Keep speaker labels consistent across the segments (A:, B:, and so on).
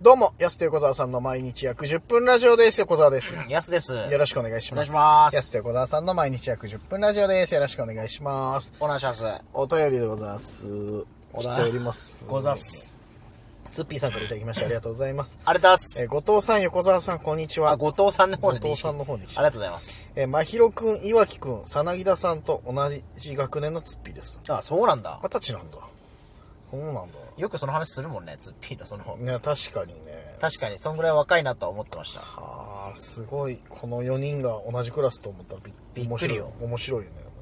A: どうも、安手横沢さんの毎日約10分ラジオ です。横沢です。
B: やすです。
A: よろしくお願いします。
B: お願いします
A: 安手横沢さんの毎日約10分ラジオです。よろしくお願いします。
B: お願いします。
A: お便りでございます。
B: お
A: 来
B: だ
A: ております。
B: ござっす。
A: ツッピーさんからいただきましてありがとうございます。
B: ありがとうございま
A: え
B: す。
A: ー後藤さん、横沢さん、こんにちは。
B: あ、後藤さんの方で
A: 後藤さんの方に
B: あ
A: し
B: り
A: て
B: がとうございます。
A: えー、まひろくん、いわきくん、さなぎださんと同じ学年のツッピーです。
B: あ、そうなんだ。
A: 二十歳なんだ。そうなんだ。
B: よくその話するもんね、ツッピ ーのその。
A: ね、確かにね。
B: 確かに、そんぐらい若いなとは思ってま した。
A: はあすごいこの4人が同じクラスと思ったらび
B: びっくりよ
A: 面白い面白いよねなんかね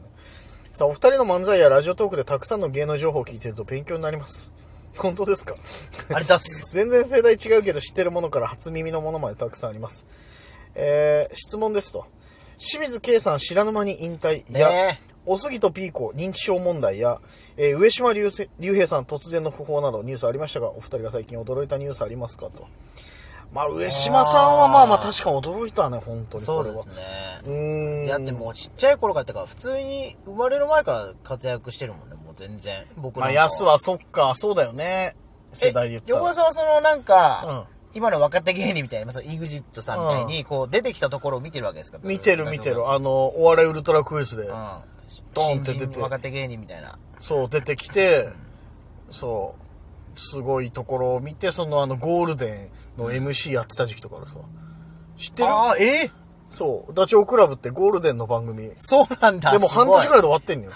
A: さあお二人の漫才やラジオトークでたくさんの芸能情報を聞いてると勉強になります 本当ですか
B: ありがとうございます。
A: 全然世代違うけど知ってるものから初耳のものまでたくさんありますえー、質問ですと清水圭さん知らぬ間に引退や、
B: ねえ
A: おすぎとピーコ認知症問題や、えー上島竜せ竜兵さん突然の訃報などニュースありましたがお二人が最近驚いたニュースありますかとまあ上島さんはまあまあ確か驚いたね本当に
B: そ
A: こ
B: う
A: れ
B: で
A: は
B: す
A: う
B: ね。
A: ーん
B: だってもうちっちゃい頃からってか、普通に生まれる前から活躍してるもんね、もう全然。僕
A: ま
B: な
A: あ
B: んか
A: 安はそっかそうだよね世代で
B: え
A: 言
B: 横
A: った
B: 田
A: ら
B: さんはそのなんか、今の若手芸人みたいな、その EXIT さんみたいに、こう出てきたところを見てるわけですか
A: 見てる見て
B: あ
A: るあのお笑いウルトラクイズで、
B: うん。
A: ドンって出て
B: 新人若手芸人みたいな。
A: そう出てきてそうすごいところを見てそのあのゴールデンの MC やってた時期とかあるさ知ってる
B: ああ、ええ
A: そうダチョウ倶楽部ってゴールデンの番組
B: そうなんだ。
A: でも半年ぐらいで終
B: い。
A: わってん のよ。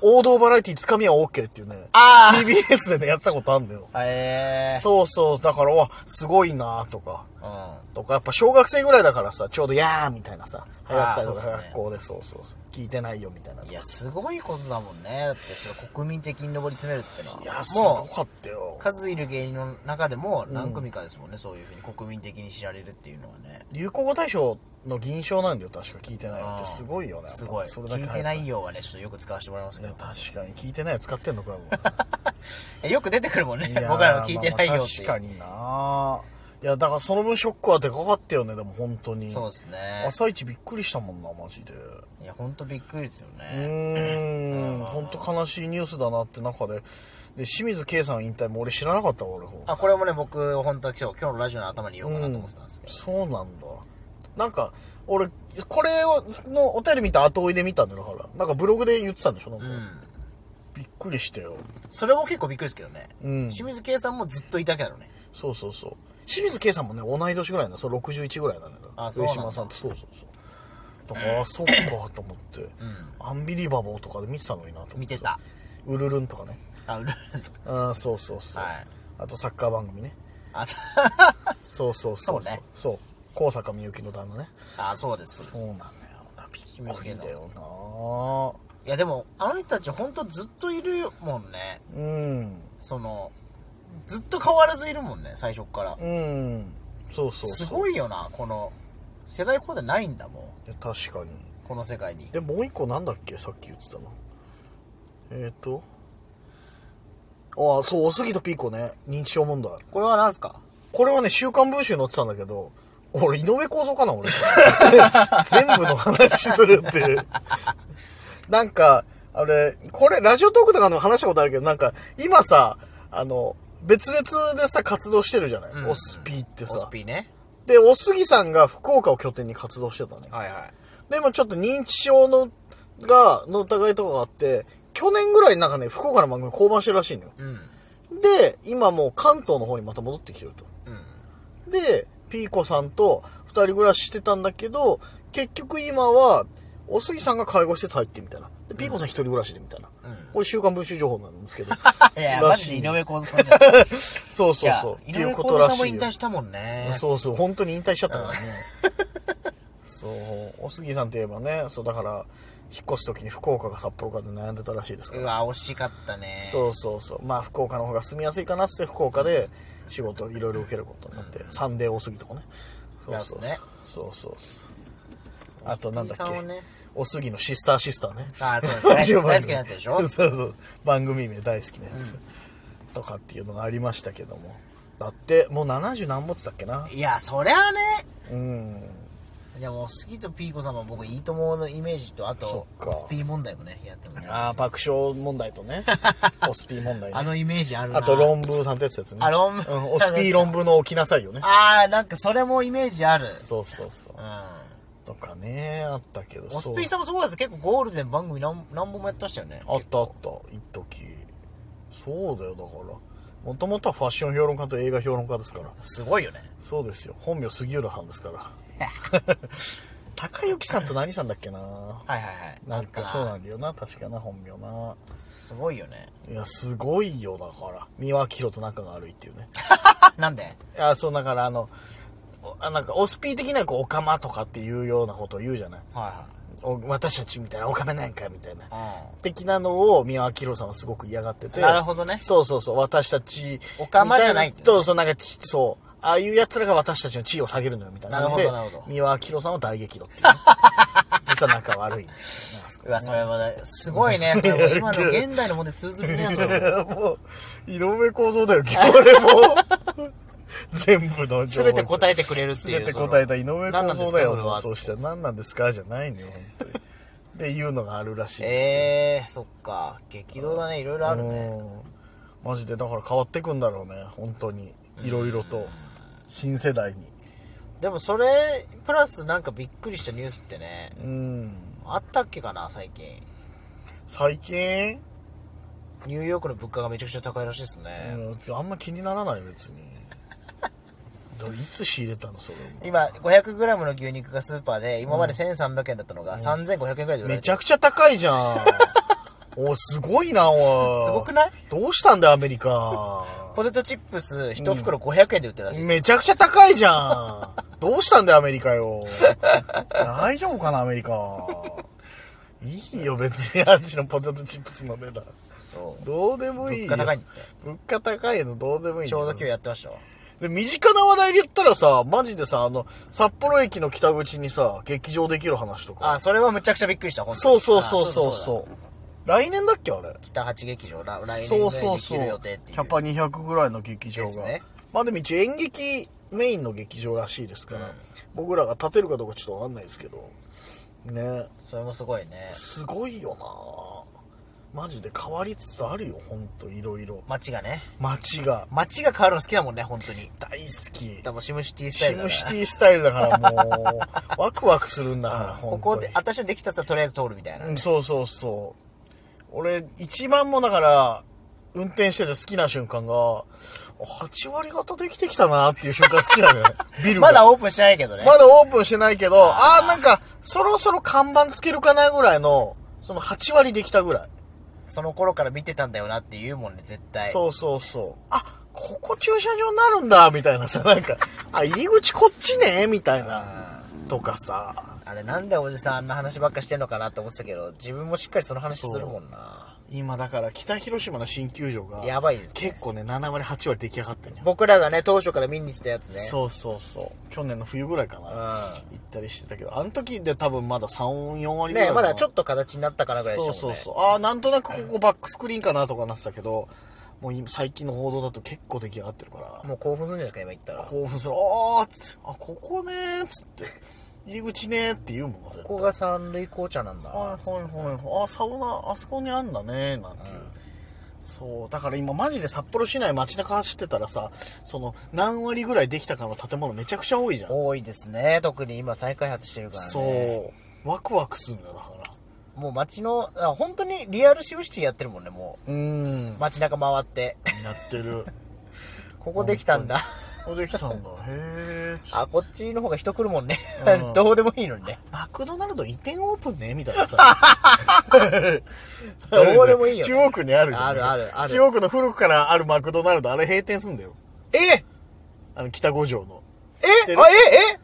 A: 王道バラエティつかみは OK っていうね。
B: あ
A: TBS でね、やってたことあんだよ。
B: あええ
A: そうそう。だから、わ、すごいなとか。
B: う。ん。
A: とか、やっぱ小学生ぐらいだからさ、ちょうどやーみたいなさ、流行ったりとか、
B: あーそうだね
A: 学校でそうそうそう。聞いてないよみたいなとか。
B: い
A: い
B: や、すごいことだもんね。だって、それ国民的に上り詰めるってのは。
A: や、すご
B: も
A: かったよ
B: う、。数いる芸人の中でも何組かですもんね、そういうふうに国民的に知られるっていうのはね。
A: 流行語大賞の銀賞なんだよ、確か聞いてないよって。すごいよね。やっぱ
B: すごい。
A: それだけ
B: 聞い
A: 流行
B: て
A: った
B: ない。よはね、ちょっとよく使わせてもらいます
A: い
B: け
A: や
B: ど。
A: 確かに聞いてないよ使ってんのかも
B: えよく出てくるもんね
A: いや。ー
B: 僕らの聞いてないよ
A: まあ
B: ってい
A: 確
B: う。
A: かにないやだからその分ショックはでかかったよねでも本当に
B: そうですね。
A: 朝一びっくりしたもんなマジで
B: いや、ほんとびっくりですよ
A: う
B: ね。
A: ーん本当悲しいニュースだなって中でで清水圭さん引退も俺知らなかったわ俺
B: あ、これもね、僕、本当今日、今日のラジオの頭に言おうかなと思ってたんですけど。
A: そうなんだなんか俺これをのお便り見た後追いで見たんだよだからなんかブログで言ってたんでしょなんか、
B: うん。
A: びっくりしてよ
B: それも結構びっくりですけどね。
A: うん
B: 清水圭さんもずっといたけどね。
A: そうそうそう清水圭さんもね同い年ぐらいなんだそう61ぐらいなんだよ
B: あそう
A: 上
B: なんだ
A: 島さんってそうそうそうだからあそっかと思って、アンビリバボーとかで見てたのになと思って
B: 見て
A: さ
B: た。
A: ウルルンとかね
B: あ、うる
A: あーそうそうそう、
B: はい
A: あとサッカー番組ね
B: あ、そ
A: そうそうそう
B: そうね
A: そう高坂みゆきの旦那ね
B: あ、そうです。そう
A: そ
B: で
A: う
B: す
A: なんだよびっくりだよない
B: や、でも、あの人たちほんとずっといるもんね。
A: うん
B: その、ずっと変わらずいるもんね、最初っから。
A: うんそうそう
B: す
A: そう
B: ごいよな、この、世代交代ないんだもん。
A: いや確かに
B: この世界に。
A: でもう一個なんだっけさっき言ってたのえっ、ー、とああそうおすぎとピーコね認知症問題
B: これは何すか
A: これはね、週刊文集に載ってたんだけど、俺、井上構造かな、 俺。全部の話するっていう。なんか、あれ、これ、ラジオトークとかの話したことあるけど、なんか、今さ、あの、別々でさ、活動してるじゃない、
B: うん
A: オスピーって
B: オス
A: さ。
B: ピーね。
A: で、おすぎさんが福岡を拠点に活動してたね。
B: はいはい。
A: でもちょっと認知症の、が、の疑いとかがあって、去年ぐらいになんかね、福岡の番組降板してるらしいのよ。
B: うん。
A: で、今もう関東の方にまた戻ってきてると。
B: うん。
A: で、ピーコさんと二人暮らししてたんだけど、結局今は、おすぎさんが介護施設入ってみたいな。で、ピーコさん一人暮らしでみたいな。
B: うん
A: これ週刊文集情報なんですけ ど。
B: いや、
A: ら
B: マ
A: し
B: ジ
A: い
B: で井上公造さんじゃん。
A: そうそうそう。っ
B: いや
A: てい
B: 井
A: う
B: 上
A: こ
B: 公
A: と
B: 造
A: ら
B: さんも
A: しい
B: 引
A: よ。
B: 退したもんね。
A: そうそう、本当に引退しちゃったからね。そう、おすぎさんといえばね、そうだから、引っ越す時に福岡か札幌かで悩んでたらしいですか
B: う
A: ら。
B: わ、惜しかったね。
A: そうそうそう。まあ、福岡の方が住みやすいかなっつって、福岡で仕事をいろいろ受けることになって、サンデーおすぎとかね。そうそうそう
B: やつね。
A: そうそうそう。あと、なんだっ
B: おすぎさん
A: け、
B: はね
A: おすぎのシスターシスターね。
B: あーそう ですね
A: 番組
B: 大好きなやつでしょ
A: そうそう。番組名大好きなやつ。とかっていうのがありましたけども。だって、もう70何ぼつだっけな。
B: いや、そりゃあね、
A: うん。
B: でもスキとピーコさんも僕いいとものイメージとあと
A: そっか
B: スピー問題もねやってもねあ
A: ああ、爆笑問題とね、 オスピー問題ね。
B: のイメージあるな
A: あと、論文さんってやつですね。
B: あ論文
A: うん、オスピー論文の起きなさいよね。
B: ああなんかそれもイメージある
A: そうそうそう
B: う。ん
A: とかね、あったけど、
B: オス
A: そう
B: ピーさんもそうです結構ゴールデン番組何何本もやってましたよね
A: あったあった、一時。そうだよ、だから。もともとはファッション評論家と映画評論家ですから。
B: すごいよね
A: そうですよ。本名杉浦さんですから。高之さんと何さんだっけな
B: はいはいはい
A: なんかそうなんんだよな、確かな、本名な。
B: すごいよね
A: いや、すごいよ、だから。三輪明宏と仲が悪いっていうね。
B: なんで
A: いや、そう、だからあの、おあなんか、オスピー的な、こう、オカマとかっていうようなことを言うじゃない。
B: は
A: お私たちみたいな、オカマなんかみたいな。
B: いはい
A: 的なのを、三輪明宏さんはすごく嫌がってて。
B: なるほどね
A: そうそうそう、私たち。
B: オカマじゃない
A: みたそうそう、なんか、ちそう。ああいう奴らが私たちの地位を下げるのよ、みたいな感じで。
B: なるほどなるほど
A: 三輪明宏さんを大激怒っていうね、実は仲悪いんですよねあそこ
B: うわそれはねすご いねそれも今の現代のもので通ずるねそれも
A: いやもう、井上構造だよ、これも。全部の情報
B: 全て答えてくれるっていう
A: 全て答えた井上
B: 何
A: 構
B: なんで
A: 造
B: すか
A: だ
B: これ
A: よ
B: は
A: そうしたら何なんですかじゃないのよ本当にっていうのがあるらしいです
B: ええー、そっか激動だねいろいろあ
A: け
B: る
A: ど、
B: ね
A: うんマジでだから変わってくんだろうね本当にいろいろと新世代に
B: でもそれプラスなんかびっくりしたニュースってね
A: うん
B: あったっけかな最近
A: 最近、
B: ニューヨークの物価がめちゃくちゃ高いらしいです
A: う
B: ね、
A: ん、あんま気にならない別にだいつ仕入れたのそれ
B: 今 500g の牛肉がスーパーで今まで1300円だったのが3500円ぐらいで売られてる
A: めちゃくちゃ高いじゃ んおすごいなおい
B: すごくない
A: どうしたんだよアメリカ
B: ポテトチップス1袋500円で売ってるらしいです、
A: めちゃくちゃ高いじゃん。どうしたんだよ、アメリカよ。大丈夫かな、アメ リカ。いいよ、別に、あっちのポテトチップスの値段。
B: そう
A: どうでもいい
B: 物
A: よ。
B: 価高いんだって
A: 物価高いのどうでもいい
B: ちょうど今日
A: 日
B: やってましたわ
A: で身近な話題で言ったらさ、マジでさ、あの、札幌駅の北口にさ、劇場できる話とか。
B: あそれはむちゃくちゃびっくりした本当
A: そ
B: に
A: うそうそう
B: あ
A: そうそう。来年だっけ、あれ。
B: 北八劇場ら来年
A: そ
B: ぐ
A: う
B: らい
A: そう
B: にでき
A: そう。
B: る予定っていう
A: キャパ200ぐらいの劇場
B: です
A: が。
B: ね
A: まあでも一応演劇メインの劇場らしいですから、
B: うん
A: 僕らが立てるかどうかちょっとわかんないですけど、ね、
B: それもすごいね
A: すごいよなマジで変わりつつあるよ、ほんといろいろ。
B: 街がね
A: 街が
B: 街が変わるの好きだもんね本当に
A: 大好き
B: で。もシムシティスタイ
A: シ
B: ルだか
A: ム
B: ら
A: シティスタイルだからもう、 ワクワクするんだから、ほ
B: こ
A: ん
B: こと
A: に
B: で。私のできたやつはとりあえず通るみたいな、
A: うん、そうそうそう。俺、一番もだから、運転してて好きな瞬間が、8割方できてきたなっていう瞬間好きなの よ。ビルが。
B: まだオープンしてないけどね、
A: まだオープンしてないけど、
B: あ
A: あ
B: ー
A: ーなんか、そろそろ看板つけるかなぐらいの、その8割できたぐらい。
B: その頃から見てたんだよなって言うもんね絶対
A: そうそうそう。あ、ここ駐車場になるんだ、みたいなさ、なんか、 あ、入り口こっちね、みたいな、とかさ、
B: あれなんでおじさんあんな話ばっかしてんのかなって思ってたけど自分もしっかりその話するもんな
A: 今だから北広島の新球場が、
B: やばいですね
A: 結構ね、7割、8割出来上がってんじゃん。
B: 僕らがね当初から見に来たやつね
A: そうそうそう。去年の冬ぐらいかな。
B: うん
A: 行ったりしてたけど、あの時で多分まだ3、4割ぐらい
B: ね
A: か
B: ま
A: な。
B: だちょっと形になったかなぐらいでし
A: そう
B: たもんね
A: そうそうああなんとなくここバックスクリーンかなとかなってたけどもう今最近の報道だと結構出来上がってるから
B: もう興奮するんじゃないですか今言ったらこ
A: 興奮するあーっつあここねーっつって入り口ねーって言うもんな絶対
B: こが三塁紅茶なんだ
A: はいはいはいはいあサウナあそこにあんだねーなんていう、そうだから今マジで札幌市内街中走ってたらさその何割ぐらいできたかの建物めちゃくちゃ多いじゃん、
B: 多いですね特に今再開発してるからね
A: そうワクワクするんだよだから
B: もう街のあ本当にリアルシムシティやってるもんねも
A: うーん
B: う街中回って
A: やって る
B: ここできたんだ
A: あできたんだへえ
B: あこっちの方が人来るもんね
A: うん
B: どうでもいいのにね
A: マクドナルド移転オープンねみたいなさ。
B: どうでもいいよね
A: 中央区にあるよね
B: あるあるある
A: 中央区の古くからあるマクドナルド、あれ閉店すんだよ。
B: ええ
A: あの、北五条の。
B: え
A: て
B: え
A: る
B: え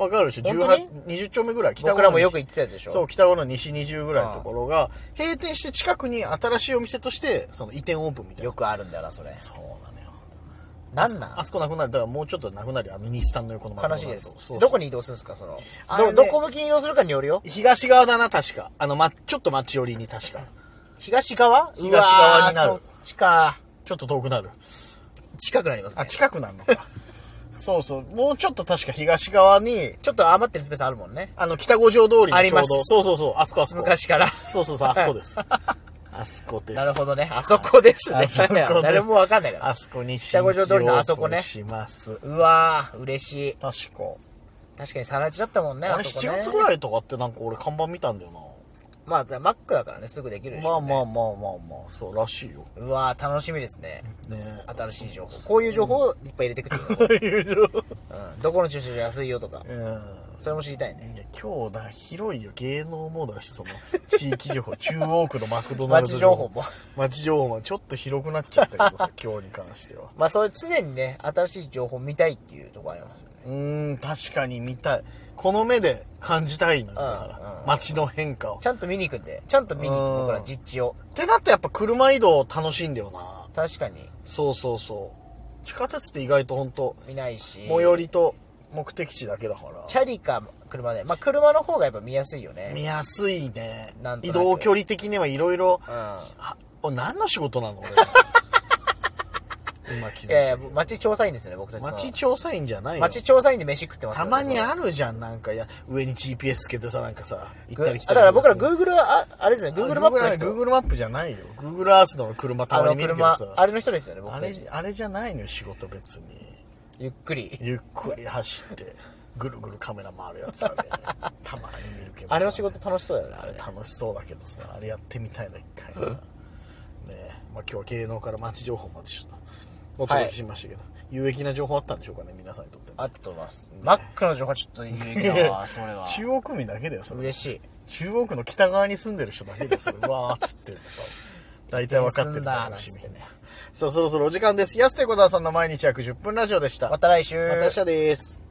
A: わかるでしょ
B: 本当に
A: ?18、20丁目ぐらい。北
B: 僕らもよく行ってたやつでしょ
A: そう、北五の西20ぐらいのところが、閉店して近くに新しいお店として、その移転オープンみたいな。
B: よくあるんだよなそれ
A: そうなのよ。
B: なんなん
A: あそこなくなる。だからもうちょっとなくなるよ。あの日産の横のマクドナ
B: 悲
A: ル
B: しい
A: ド。
B: です
A: そうそう
B: どこに移動するんですかその
A: あ
B: ど
A: れね
B: どこ向きに移動するかによるよ
A: 東側だな、確か。あの、ま、ちょっと街寄りに確か。
B: 東側
A: 東側になる
B: うわーそっちか
A: ちょっと遠くなる。
B: 近くなりますね
A: あ、近くなるのか。そうそう。もうちょっと確か東側に、
B: ちょっと余ってるスペースあるもんね。
A: あの、北五条通りのちょうど
B: あります
A: そうそうそう。あそこあそこ。
B: 昔から。
A: そうそうそう、あそこ です。あそこです。
B: なるほどね。あそこですね。
A: あそこです
B: 誰もわかんないから
A: あ。そこに
B: 北五条通りのあそこね
A: 新規オープンします。
B: うわぁ、嬉しい。
A: 確か。
B: 確かにさら地だったもんね、
A: あれ
B: あそこ
A: 7
B: ね
A: 月ぐらいとかってなんか俺看板見たんだよな。
B: まあ、マックだからね、すぐできるでし
A: まあ
B: ょうね。
A: まあまあまあまあ、そうらしいよ。
B: うわぁ、楽しみですね。
A: ね
B: 新しい情報。こういう情報をいっぱい入れてくってこと
A: そういう情報
B: うんどこの駐車場安いよとか。
A: うん。
B: それも知りたいね。
A: いや今日だ広いよ芸能もだしその地域情報中央区のマクドナルド
B: 街情 報も
A: 街情報もちょっと広くなっちゃったけど さ今日に関しては
B: まあ、そういう常にね、新しい情報見たいっていうところありますよね。
A: うーん確かに見たいこの目で感じたいのよだか
B: うんう
A: ら
B: ん
A: 街の変化をっ
B: ちゃんと見に行くんで、ちゃんと見に行
A: う
B: く、
A: ん
B: 僕ら実地を。
A: てなってやっぱ車移動楽しいんだよな
B: 確かに、
A: そうそうそう地下鉄って意外と本当
B: 見ないし。
A: 最寄りと目的地だけだから
B: チャリか車で。まあ、車の方がやっぱ見やすいよ
A: 見
B: ね。
A: やすいね
B: なんと
A: 移
B: なく
A: 動距離的にはいろいろ
B: うん。
A: はお何の仕事なの俺今気づい
B: い
A: た
B: やいや、町調査員ですね、僕たちの。
A: 町調査員じゃないよ
B: 町調査員で飯食ってますよ
A: たまにあるじゃんなんかいや上に GPS つけてさなんかさ行
B: ぐ
A: ったり来た
B: あだ
A: り
B: から僕ら Google は、ああれですね、Google マップの
A: あ Google
B: 人。
A: Google マップじゃないよ Google Earth の車た
B: あ
A: ま
B: の
A: に見るけど
B: 車
A: さ、
B: あれの人ですよね、僕
A: あ
B: た
A: れ
B: ち。
A: あれじゃないのよ仕事別に
B: ゆっくり。
A: ゆっくり走ってぐるぐるカメラ回るやつあれたまに見るけどさ
B: あれの仕事楽しそうだよね、あ
A: あれ
B: れ。
A: 楽しそうだけどさあれやってみたいな一回なねえ、まあ、今日は芸能から街情報までちょっとお届けしましたけど、有益な情報あったんでしょうかね皆さんにとって
B: あったと思います。マックの情報はちょっと有益だ わ、それは。
A: 中央区民だけだよそれ
B: 嬉しい。
A: 中央区の北側に住んでる人だけだよそれ うわーっつってる大体分かってるから
B: 住んだなんつってね
A: さあそろそろお時間です安手小沢さんの毎日約10分ラジオでした
B: また来週。
A: また明日です